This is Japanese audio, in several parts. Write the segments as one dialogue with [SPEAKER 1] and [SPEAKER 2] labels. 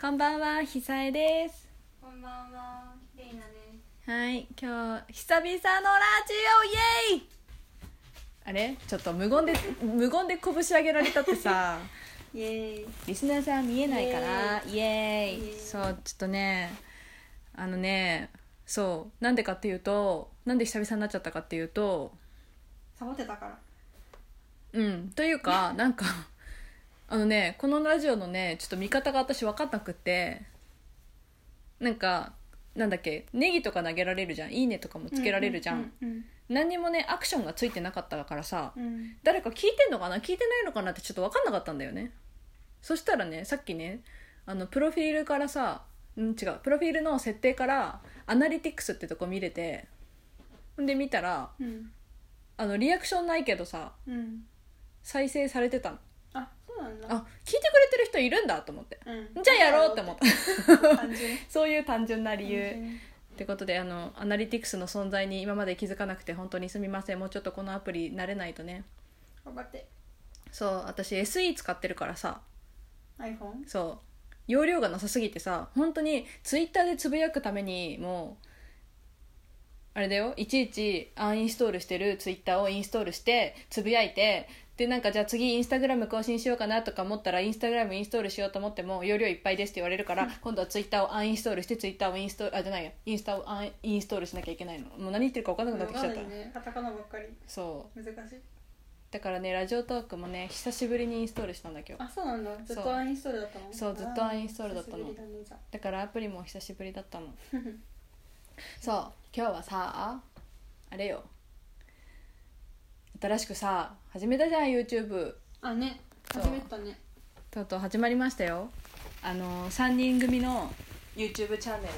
[SPEAKER 1] こんばんは、ひさえです。
[SPEAKER 2] こんばんは、レイナです。
[SPEAKER 1] はい、今日久々のラジオイエイ。あれ、ちょっと無言で無言で拳上げられたって さ、
[SPEAKER 2] イエーイ。
[SPEAKER 1] リスナーさん見えないから、イエ
[SPEAKER 2] イエ
[SPEAKER 1] ー
[SPEAKER 2] ー
[SPEAKER 1] イ。
[SPEAKER 2] イ
[SPEAKER 1] そう、ちょっとね、あのね、そう、なんでかっていうと、なんで久々になっちゃったかっていうと、
[SPEAKER 2] サボってたから。
[SPEAKER 1] うん、というか、なんか。 あのね、このラジオのね、ちょっと見方が私分かんなくって、なんか、なんだっけ、ネギとか投げられるじゃん、いいねとかもつけられるじゃん。。
[SPEAKER 2] うん。
[SPEAKER 1] 何にもね、アクションがついてなかったからさ、
[SPEAKER 2] うん。
[SPEAKER 1] 誰か聞いてんのかな聞いてないのかなってちょっと分かんなかったんだよね。そしたらね、さっきね、あの、プロフィールからさ、うん、違う、プロフィールの設定から、アナリティクスってとこ見れて、んで見たら、
[SPEAKER 2] うん。
[SPEAKER 1] あの、リアクションないけどさ、
[SPEAKER 2] うん。
[SPEAKER 1] 再生されてたの。
[SPEAKER 2] あ、そうなんだ。
[SPEAKER 1] あ聞いてくれてる人いるんだと思って
[SPEAKER 2] うん
[SPEAKER 1] じゃあやろうって思った
[SPEAKER 2] た。単純。
[SPEAKER 1] そういう単純な
[SPEAKER 2] 単
[SPEAKER 1] 理由
[SPEAKER 2] 純
[SPEAKER 1] ってことであのアナリティクスの存在に今まで気づかなくて本当にすみませんもうちょっとこのアプリ慣れないとね
[SPEAKER 2] 頑張って。
[SPEAKER 1] そう私 SE 使ってるからさ
[SPEAKER 2] iPhone?
[SPEAKER 1] そう容量がなさすぎてさ本当にツイッターでつぶやくためにもうあれだよいちいちアンインストールしてるツイッターをインストールしてつぶやいてでなんかじゃあ次インスタグラム更新しようかなとか思ったらインスタグラムインストールしようと思っても容量いっぱいですって言われるから今度はツイッターをアンインストールしてツイッターをインストールあじゃないやインスタをアンインストールしなきゃいけないのもう何言ってるか分かんなくなってきちゃった
[SPEAKER 2] わかんないね。カタカナばっかり。
[SPEAKER 1] そう
[SPEAKER 2] 難しい。
[SPEAKER 1] だからねラジオトークもね久しぶりにインストールしたんだ今日
[SPEAKER 2] あ、そうなんだ。ずっ
[SPEAKER 1] そう
[SPEAKER 2] とアンインストールだったの
[SPEAKER 1] そうずっとアンインストールだったの
[SPEAKER 2] あ久しぶりだねじゃ
[SPEAKER 1] だからアプリも久しぶりだ ったの
[SPEAKER 2] あ
[SPEAKER 1] そう今日はさあれよ新しくさ始めたじゃん YouTube
[SPEAKER 2] あ、ね。
[SPEAKER 1] そう
[SPEAKER 2] 初めてだね。
[SPEAKER 1] とうとう始まりましたよあの3人組の YouTube チャンネル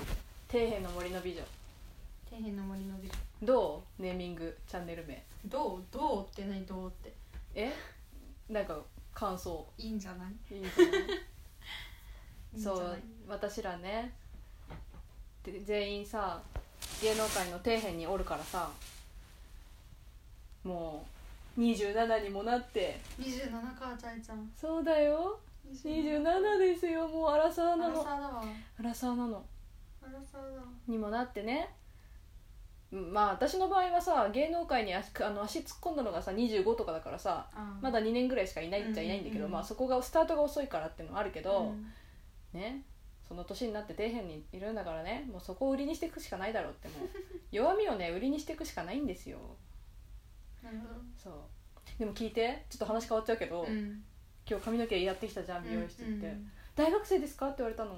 [SPEAKER 1] 「底辺の森の美女
[SPEAKER 2] 底辺の森の美女。」
[SPEAKER 1] どうネーミングチャンネル名
[SPEAKER 2] どうどうってないどうって。
[SPEAKER 1] えなんか感想
[SPEAKER 2] いいんじゃない
[SPEAKER 1] いいんじゃない
[SPEAKER 2] いいんじ
[SPEAKER 1] そ
[SPEAKER 2] ゃないう
[SPEAKER 1] 私らねで全員さ芸能界の底辺におるからさもう27にもなって
[SPEAKER 2] 27か、ちゃいちゃん。
[SPEAKER 1] そうだよ27ですよもうアラサー
[SPEAKER 2] ア
[SPEAKER 1] な
[SPEAKER 2] ラ
[SPEAKER 1] の
[SPEAKER 2] サーだわ。
[SPEAKER 1] アラサーなの
[SPEAKER 2] アラサーだわ。
[SPEAKER 1] にもなってねうんまあ私の場合はさ芸能界に足あの足突っ込んだのがさ25とかだからさ
[SPEAKER 2] あー
[SPEAKER 1] まだ2年ぐらいしかいないっちゃいないんだけど、
[SPEAKER 2] うんうんうん
[SPEAKER 1] まあ、そこがスタートが遅いからっていうのはあるけど、
[SPEAKER 2] うん
[SPEAKER 1] ねその年になって底辺にいるんだからねもうそこを売りにしていくしかないだろうって もう弱みをね売りにしていくしかないんですよ
[SPEAKER 2] なるほ
[SPEAKER 1] そうでも聞いてちょっと話変わっちゃうけど、
[SPEAKER 2] どうん
[SPEAKER 1] 今日髪の毛やってきたじゃん美容室行って、
[SPEAKER 2] うん
[SPEAKER 1] 大学生ですか?」って言われたの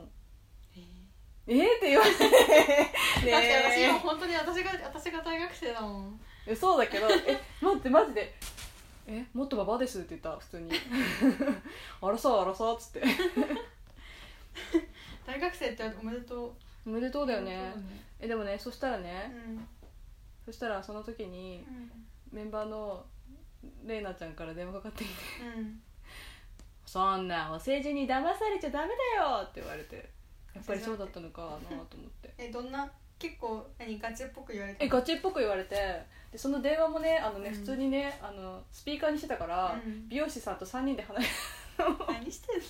[SPEAKER 2] え
[SPEAKER 1] 「えー、って言わ れて
[SPEAKER 2] だって私今
[SPEAKER 1] ね
[SPEAKER 2] 本当に私が私が大学生だもん
[SPEAKER 1] えそうだけど「え待ってマジで」え「もっとババアです」って言った普通 に「あらさあらさ」っつ って
[SPEAKER 2] 大学生っておめでとう
[SPEAKER 1] 「おめでとうだよね」えでもねそしたらね、
[SPEAKER 2] うん
[SPEAKER 1] そしたらその時にメンバーのレイナちゃんから電話かかってきて
[SPEAKER 2] うん
[SPEAKER 1] そんなお世辞に騙されちゃダメだよって言われてやっぱりそうだったのかなと思って
[SPEAKER 2] えどんな結構何ガチっぽく言われて
[SPEAKER 1] えガチっぽく言われてでその電話もねあのね、
[SPEAKER 2] うん
[SPEAKER 1] 普通にねあのスピーカーにしてたから、
[SPEAKER 2] うん
[SPEAKER 1] 美容師さんと3人で話し
[SPEAKER 2] 何してんの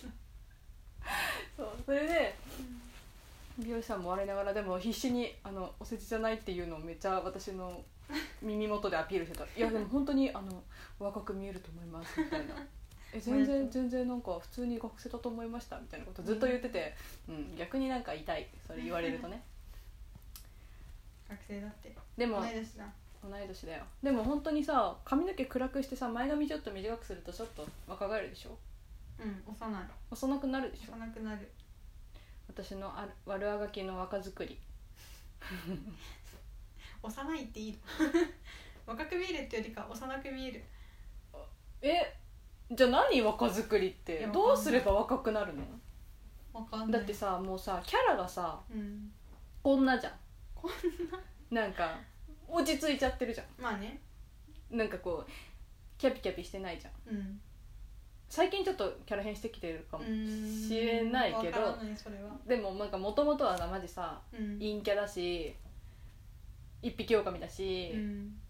[SPEAKER 1] そうそれで美容師さんも笑いながらでも必死にあのお世辞じゃないっていうのをめっちゃ私の耳元でアピールしてた「いやでも本当にあの若く見えると思います」みた いな「え全
[SPEAKER 2] おめで
[SPEAKER 1] 然
[SPEAKER 2] とう
[SPEAKER 1] 全然なんか普通に学生だと思いました」みたいなことずっと言ってて、うん、逆になんか痛いそれ言われると ね
[SPEAKER 2] 学生だって
[SPEAKER 1] で
[SPEAKER 2] 同
[SPEAKER 1] も
[SPEAKER 2] い年だ
[SPEAKER 1] 同い年だよでも本当にさ髪の毛暗くしてさ前髪ちょっと短くするとちょっと若返るでしょ
[SPEAKER 2] うん幼い
[SPEAKER 1] 幼くなるでしょ
[SPEAKER 2] 幼くなる
[SPEAKER 1] 私のある悪あがきの若作り
[SPEAKER 2] 幼いっていいの 若く見えるってよりか幼く見える
[SPEAKER 1] えじゃあ何若作りっ
[SPEAKER 2] い
[SPEAKER 1] て
[SPEAKER 2] や
[SPEAKER 1] どうすれば若くなるの
[SPEAKER 2] わかんな
[SPEAKER 1] だ
[SPEAKER 2] い
[SPEAKER 1] ってさもうさキャラがさ
[SPEAKER 2] うん
[SPEAKER 1] こんなじゃん
[SPEAKER 2] こん
[SPEAKER 1] なんか落ち着いちゃってるじゃ
[SPEAKER 2] まあね
[SPEAKER 1] んなんかこうキャピキャピしてないじゃん
[SPEAKER 2] うん
[SPEAKER 1] 最近ちょっとキャラ変してきてるかも
[SPEAKER 2] 知
[SPEAKER 1] 知れないけど
[SPEAKER 2] わからないそれは
[SPEAKER 1] でもなんかもともとはさマジさ
[SPEAKER 2] うん
[SPEAKER 1] 陰キャだし一匹狼だし、
[SPEAKER 2] うん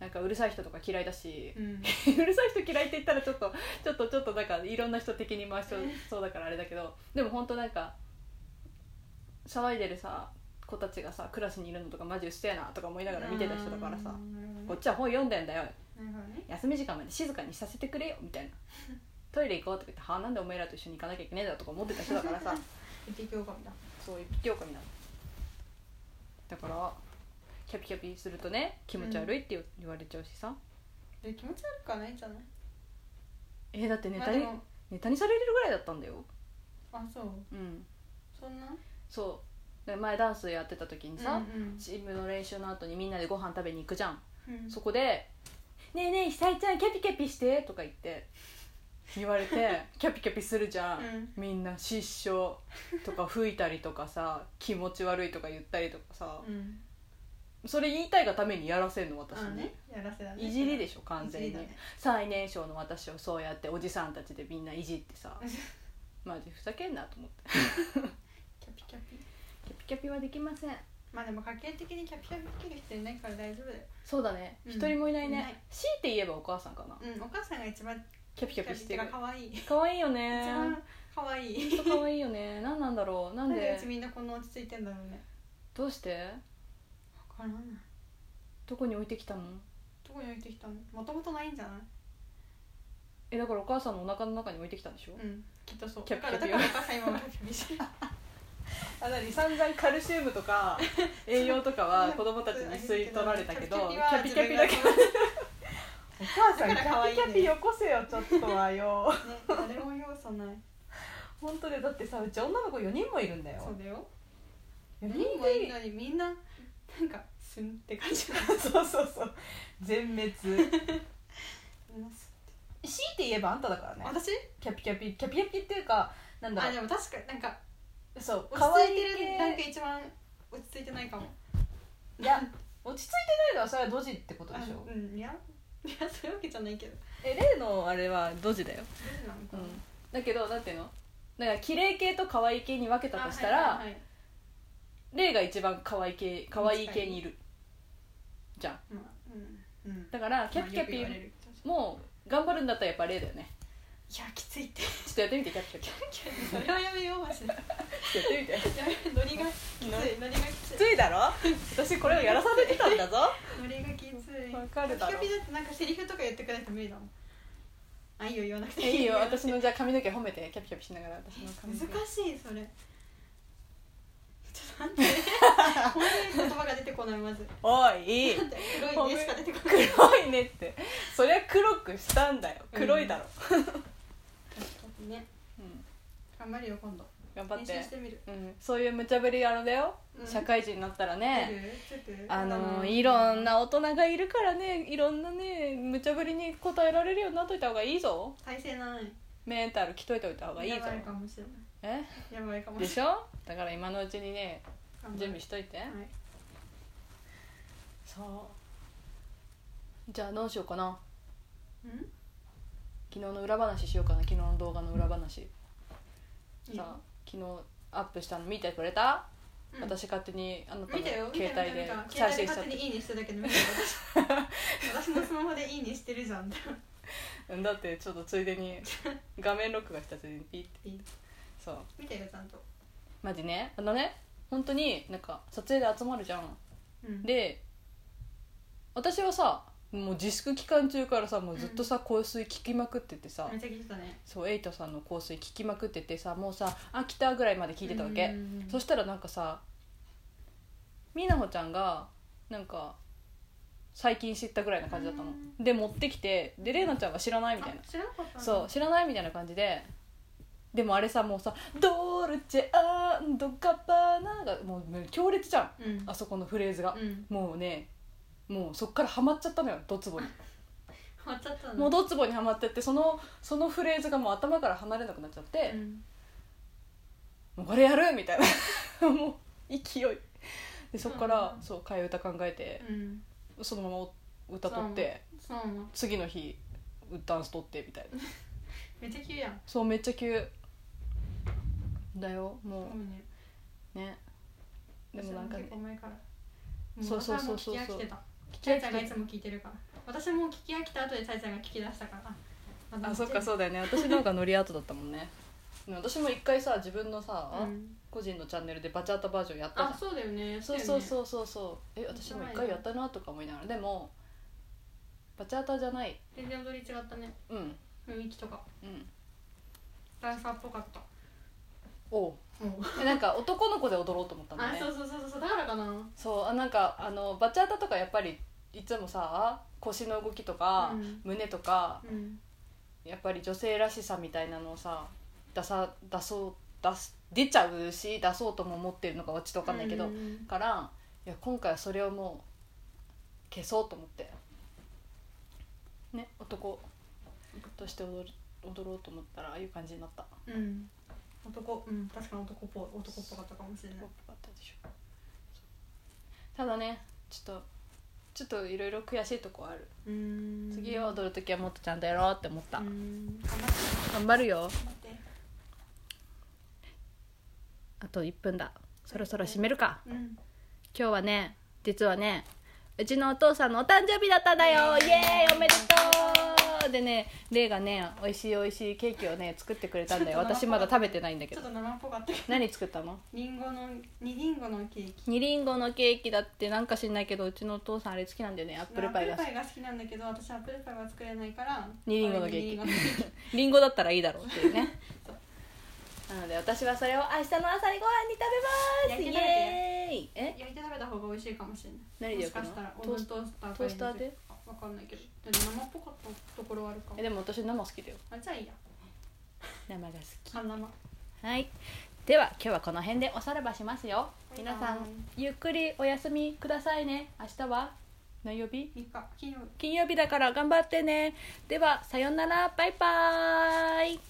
[SPEAKER 1] なんかうるさい人とか嫌いだし
[SPEAKER 2] う、ん
[SPEAKER 1] うるさい人嫌いって言ったらちょっとちょっとちょっとなんかいろんな人的に回しちゃうそうだからあれだけどでも本当なんか騒いでるさ子たちがさクラスにいるのとかマジうっせえなとか思いながら見てた人だからさ
[SPEAKER 2] うんなる
[SPEAKER 1] こ
[SPEAKER 2] ほ
[SPEAKER 1] っ
[SPEAKER 2] どね
[SPEAKER 1] ちは本読んでんだよ
[SPEAKER 2] なるほどね
[SPEAKER 1] 休み時間まで静かにさせてくれよみたいなトイレ行こうとか言って「はあなんでお前らと一緒に行かなきゃいけねえだ」とか思ってた人だから さ
[SPEAKER 2] 一匹狼だ
[SPEAKER 1] そういう教科になるだからキャピキャピするとね気持ち悪いって言われちゃうしさ、
[SPEAKER 2] で気持ち悪くはないんじゃない
[SPEAKER 1] えーだってネ
[SPEAKER 2] まあ
[SPEAKER 1] タ
[SPEAKER 2] で
[SPEAKER 1] に、
[SPEAKER 2] も
[SPEAKER 1] ネタにされるぐらいだったんだよ
[SPEAKER 2] あそう
[SPEAKER 1] うん
[SPEAKER 2] そんな
[SPEAKER 1] そうで前ダンスやってた時にさ、
[SPEAKER 2] うん
[SPEAKER 1] チームの練習の後にみんなでご飯食べに行くじゃん、
[SPEAKER 2] うんうん
[SPEAKER 1] そこで「ねえねえ久井ちゃんキャピキャピして」とか言って言われ てキャピキャピするじゃん、
[SPEAKER 2] うん
[SPEAKER 1] みんな失笑とか吹いたりとか さ気持ち悪いとか言ったりとかさ、
[SPEAKER 2] うん
[SPEAKER 1] それ言いたいがためにやらせんの私
[SPEAKER 2] あの
[SPEAKER 1] に、
[SPEAKER 2] ねやらせだね
[SPEAKER 1] いじりでしょ完
[SPEAKER 2] いじ
[SPEAKER 1] 全に、
[SPEAKER 2] りだね
[SPEAKER 1] 最年少の私をそうやっておじさんたちでみんないじって さマジふざけんなと思って
[SPEAKER 2] キャピキャピ
[SPEAKER 1] キャピキャピはできません
[SPEAKER 2] まあでも家計的にキャピキャピできる人いないから大丈夫だよ
[SPEAKER 1] そうだね
[SPEAKER 2] うん
[SPEAKER 1] 一、人もいないね
[SPEAKER 2] いない
[SPEAKER 1] 強いて言えばお母さんかな、
[SPEAKER 2] うんお母さんが一番
[SPEAKER 1] キャピキャピしてる
[SPEAKER 2] が可愛い一
[SPEAKER 1] 可愛いよね
[SPEAKER 2] 番可愛い
[SPEAKER 1] ほんと可愛いよね何なんだろうな
[SPEAKER 2] な んんで
[SPEAKER 1] で
[SPEAKER 2] うちみんなこんな落ち着いてんだろうね
[SPEAKER 1] どうして
[SPEAKER 2] わからない
[SPEAKER 1] どこに置いてきたの
[SPEAKER 2] どこに置いてきたのもともとないんじゃない
[SPEAKER 1] えだからお母さんのお腹の中に置いてきたんでしょ、
[SPEAKER 2] うんきっとそう
[SPEAKER 1] キャ
[SPEAKER 2] だ
[SPEAKER 1] ピ
[SPEAKER 2] か
[SPEAKER 1] キャ
[SPEAKER 2] ら
[SPEAKER 1] ピ
[SPEAKER 2] だからお母さん今までキャピキャピしてる
[SPEAKER 1] あなに散々カルシウムと か栄養とかは子供たちに吸い取られたけどキャピキャピだけ
[SPEAKER 2] キャ
[SPEAKER 1] お
[SPEAKER 2] ピキャピ
[SPEAKER 1] 母
[SPEAKER 2] さんキャピキャピ
[SPEAKER 1] よこせよちょっとはよ
[SPEAKER 2] だけどね誰も要素ない
[SPEAKER 1] 本当でだってさうち女の子4人もいるんだよ
[SPEAKER 2] そうだよ
[SPEAKER 1] 4
[SPEAKER 2] みん
[SPEAKER 1] 人
[SPEAKER 2] な
[SPEAKER 1] で
[SPEAKER 2] いいのにみんななんかスンって感じが
[SPEAKER 1] そうそうそう全滅強い
[SPEAKER 2] みんなス
[SPEAKER 1] て言えばあんただから
[SPEAKER 2] ン
[SPEAKER 1] ね
[SPEAKER 2] 私
[SPEAKER 1] キャピキャピキャピキャピっていうかなんだ
[SPEAKER 2] あ
[SPEAKER 1] ろ
[SPEAKER 2] でも確かになんか
[SPEAKER 1] うそう
[SPEAKER 2] 落
[SPEAKER 1] 可愛
[SPEAKER 2] ち着
[SPEAKER 1] い
[SPEAKER 2] いてるなんか
[SPEAKER 1] 系
[SPEAKER 2] 一番落ち着いてないかも
[SPEAKER 1] いや落ち着いてないのはそれはドジってことでしょ
[SPEAKER 2] あうんいやいやそういうわけじゃないけど
[SPEAKER 1] え例のあれはドジだよ、
[SPEAKER 2] どうなのか
[SPEAKER 1] う、
[SPEAKER 2] な
[SPEAKER 1] だ
[SPEAKER 2] ん
[SPEAKER 1] けどなんていうのだから綺麗系と可愛い系に分けたとしたら、
[SPEAKER 2] あはいはいはい
[SPEAKER 1] レイが一番可愛い系可愛い系にいるじゃん
[SPEAKER 2] まあうんうん
[SPEAKER 1] だからキャピキャ
[SPEAKER 2] まあよく
[SPEAKER 1] ピ
[SPEAKER 2] 言われる
[SPEAKER 1] も頑張るんだったらやっぱレイだよね
[SPEAKER 2] いやきついって
[SPEAKER 1] ちょっとやってみてキャピキャピ
[SPEAKER 2] それはやめようマジでや
[SPEAKER 1] ちょっとやってみて
[SPEAKER 2] めノリがきついノリがきつ
[SPEAKER 1] き
[SPEAKER 2] い
[SPEAKER 1] ついだろ私これをやらされてたんだぞ
[SPEAKER 2] ノリがきつい
[SPEAKER 1] わかるだろ
[SPEAKER 2] キャピキャピだってなんかセリフとか言ってくれないと無理だもんあいいよ言わなくて
[SPEAKER 1] いいよ私
[SPEAKER 2] の
[SPEAKER 1] のじゃあ髪の毛褒めてキャピキャピしながら私の髪
[SPEAKER 2] 難
[SPEAKER 1] の毛
[SPEAKER 2] しいそれちょっと待って本当に言葉が出てこないまず
[SPEAKER 1] おいいい
[SPEAKER 2] なんで黒いねしか出てこない
[SPEAKER 1] 黒いねってそりゃ黒くしたんだよ黒いだろ、
[SPEAKER 2] ね
[SPEAKER 1] うん、
[SPEAKER 2] 頑張るよ今度
[SPEAKER 1] 頑張っ
[SPEAKER 2] 練習
[SPEAKER 1] て
[SPEAKER 2] してみる
[SPEAKER 1] うん、そういう無茶ぶりあのだよ、
[SPEAKER 2] うん
[SPEAKER 1] 社会人になったら
[SPEAKER 2] 出
[SPEAKER 1] ね
[SPEAKER 2] る出る
[SPEAKER 1] あ
[SPEAKER 2] う
[SPEAKER 1] のいろんな大人がいるからねいろんなね無茶ぶりに応えられるようになっといた方がいいぞ
[SPEAKER 2] 体勢ない
[SPEAKER 1] メンタル鍛えておいた方がいいぞ
[SPEAKER 2] やばいかもしれない
[SPEAKER 1] え
[SPEAKER 2] やばいかも
[SPEAKER 1] で
[SPEAKER 2] し
[SPEAKER 1] しょだから今のうちにね
[SPEAKER 2] れない
[SPEAKER 1] 準備しといて、
[SPEAKER 2] はい
[SPEAKER 1] そうじゃあどうしようかな
[SPEAKER 2] うん
[SPEAKER 1] 昨日の裏話しようかな昨日の動画の裏話
[SPEAKER 2] いい
[SPEAKER 1] さ
[SPEAKER 2] よ
[SPEAKER 1] 昨日アップしたの見てくれた、
[SPEAKER 2] うん
[SPEAKER 1] 私勝手にあなたの
[SPEAKER 2] 見た
[SPEAKER 1] 携
[SPEAKER 2] よ
[SPEAKER 1] 帯
[SPEAKER 2] 見た見た見
[SPEAKER 1] で
[SPEAKER 2] た
[SPEAKER 1] 再
[SPEAKER 2] 携
[SPEAKER 1] 生
[SPEAKER 2] 帯で
[SPEAKER 1] しちゃっ
[SPEAKER 2] 勝手に
[SPEAKER 1] て
[SPEAKER 2] いいねしてたけ ど見たよ私私のスマホでいいねしてるじゃんって
[SPEAKER 1] うんだってちょっとついで に画面録画したついでにピッてそう
[SPEAKER 2] 見たよちゃんと
[SPEAKER 1] マジねあのね本当になんか撮影で集まるじゃん
[SPEAKER 2] うん
[SPEAKER 1] で私はさもう自粛期間中からさもうずっとさ香水聞きまくっててさ、
[SPEAKER 2] めっちゃ聞いてたね
[SPEAKER 1] そうエイトさんの香水聞きまくっててさもうさ「あ来た」ぐらいまで聞いてたわけ、
[SPEAKER 2] うん
[SPEAKER 1] そしたらなんかさみなほちゃんがなんか最近知ったぐらいな感じだったの、
[SPEAKER 2] う
[SPEAKER 1] で持ってきてで玲奈ちゃんは知らないみたいな
[SPEAKER 2] あ知らなかったんだ
[SPEAKER 1] そう知らないみたいな感じででもあれさもうさ「ドルチェガバナ」がもうもう強烈じゃん
[SPEAKER 2] うん
[SPEAKER 1] あそこのフレーズが、
[SPEAKER 2] うん
[SPEAKER 1] もうねもうそっからハマっちゃったのよドツボに、
[SPEAKER 2] 終わっちゃったの
[SPEAKER 1] もうドツボにハマっちゃってそのそのフレーズがもう頭から離れなくなっちゃって
[SPEAKER 2] う、ん
[SPEAKER 1] もうこれやるみたいな もう勢いでそっから、
[SPEAKER 2] うん
[SPEAKER 1] そう替え歌考えて、
[SPEAKER 2] うん
[SPEAKER 1] そのまま歌とって
[SPEAKER 2] そう
[SPEAKER 1] 次の日ダンスとってみたいな
[SPEAKER 2] めっちゃ急やん
[SPEAKER 1] そうめっちゃ急だよ
[SPEAKER 2] そう
[SPEAKER 1] も
[SPEAKER 2] ね
[SPEAKER 1] うねでもなんかね
[SPEAKER 2] 結構前から
[SPEAKER 1] そうそうそうそう
[SPEAKER 2] もう私はも聞き飽きてた
[SPEAKER 1] 聞
[SPEAKER 2] ちゃんがいつも聞いてるから私も聞き飽きた後でタイちゃんが聞き出したからまだ
[SPEAKER 1] あそっか
[SPEAKER 2] う
[SPEAKER 1] そうだよね私の方がノリアートだったもんねでも私も一回さ自分のさ、
[SPEAKER 2] ん
[SPEAKER 1] 個人のチャンネルでバチャータバージョンやったじゃ
[SPEAKER 2] あ
[SPEAKER 1] ん
[SPEAKER 2] そうだよね
[SPEAKER 1] そうそう
[SPEAKER 2] う
[SPEAKER 1] そうそうそうえ私も一回やったなとか思いながらでもバチャータじゃない
[SPEAKER 2] だよね全然踊り違ったね
[SPEAKER 1] うんうん
[SPEAKER 2] 雰囲気とかダンサーっぽかった
[SPEAKER 1] おうえなんか男の子で踊ろうと思ったんだ
[SPEAKER 2] あ
[SPEAKER 1] ね
[SPEAKER 2] そうそうそうそうだからかなうん
[SPEAKER 1] そうあなんかあのバチャータとかやっぱりいつもさ腰の動きとか、
[SPEAKER 2] うん
[SPEAKER 1] 胸とか
[SPEAKER 2] うん
[SPEAKER 1] やっぱり女性らしさみたいなのをさ出さ出そう出す出ちゃうし出そうとも思ってるのかはちょっと分かんないけど、
[SPEAKER 2] ううん
[SPEAKER 1] からいや今回はそれをもう消そうと思ってね男として踊る踊ろうと思ったらああいう感じになった
[SPEAKER 2] うん男うん確かに男っぽい男っぽかったかもしれない
[SPEAKER 1] よかったでしょただねちょっとちょっといろいろ悔しいとこはある
[SPEAKER 2] うん
[SPEAKER 1] 次を踊る時はもっとちゃんとやろうって思った、
[SPEAKER 2] うん頑張って
[SPEAKER 1] 頑張るよ
[SPEAKER 2] 頑張って
[SPEAKER 1] あと1分だそろそろ締めるか
[SPEAKER 2] うん
[SPEAKER 1] 今日はね実はねうちのお父さんのお誕生日だったんだよイエーイおめでとうでねレイがね美味しい美味しいケーキをね作ってくれたんだよ
[SPEAKER 2] ちょっと
[SPEAKER 1] 私まだ食べてないんだけ
[SPEAKER 2] ちょ
[SPEAKER 1] ど
[SPEAKER 2] っと生っぽかったけど
[SPEAKER 1] 何作ったの
[SPEAKER 2] リンゴの二リンゴのケーキ
[SPEAKER 1] 二リンゴのケーキだってなんか知んないけどうちのお父さんあれ好きなんだよねアップルパイ
[SPEAKER 2] ア
[SPEAKER 1] が
[SPEAKER 2] ップルパイが好きなんだけど私アップルパイは作れないから
[SPEAKER 1] 二リンゴのケーキ
[SPEAKER 2] 二リンゴのケー キ
[SPEAKER 1] リンゴだったらいいだろうっていうね
[SPEAKER 2] そう
[SPEAKER 1] なので私はそれを明日の朝にご飯に食べます
[SPEAKER 2] 焼い
[SPEAKER 1] イ
[SPEAKER 2] て食べ
[SPEAKER 1] エーイえ
[SPEAKER 2] 焼いて食べた方が美味しいかもしれない
[SPEAKER 1] 何で焼くの
[SPEAKER 2] もしかしたらオーブントースターとかに
[SPEAKER 1] トースターで
[SPEAKER 2] わかんないけどでも生っぽかったところはあるかも
[SPEAKER 1] えでも私生好きだよ
[SPEAKER 2] あじゃあいいや
[SPEAKER 1] 生が好き
[SPEAKER 2] 半生
[SPEAKER 1] はい。では今日はこの辺でおさらばしますよ。
[SPEAKER 2] バイバイ
[SPEAKER 1] 皆さんゆっくりお休みくださいね。明日は何曜日？
[SPEAKER 2] 三日金曜日
[SPEAKER 1] 金曜日だから頑張ってね。ではさようなら。バイバイ。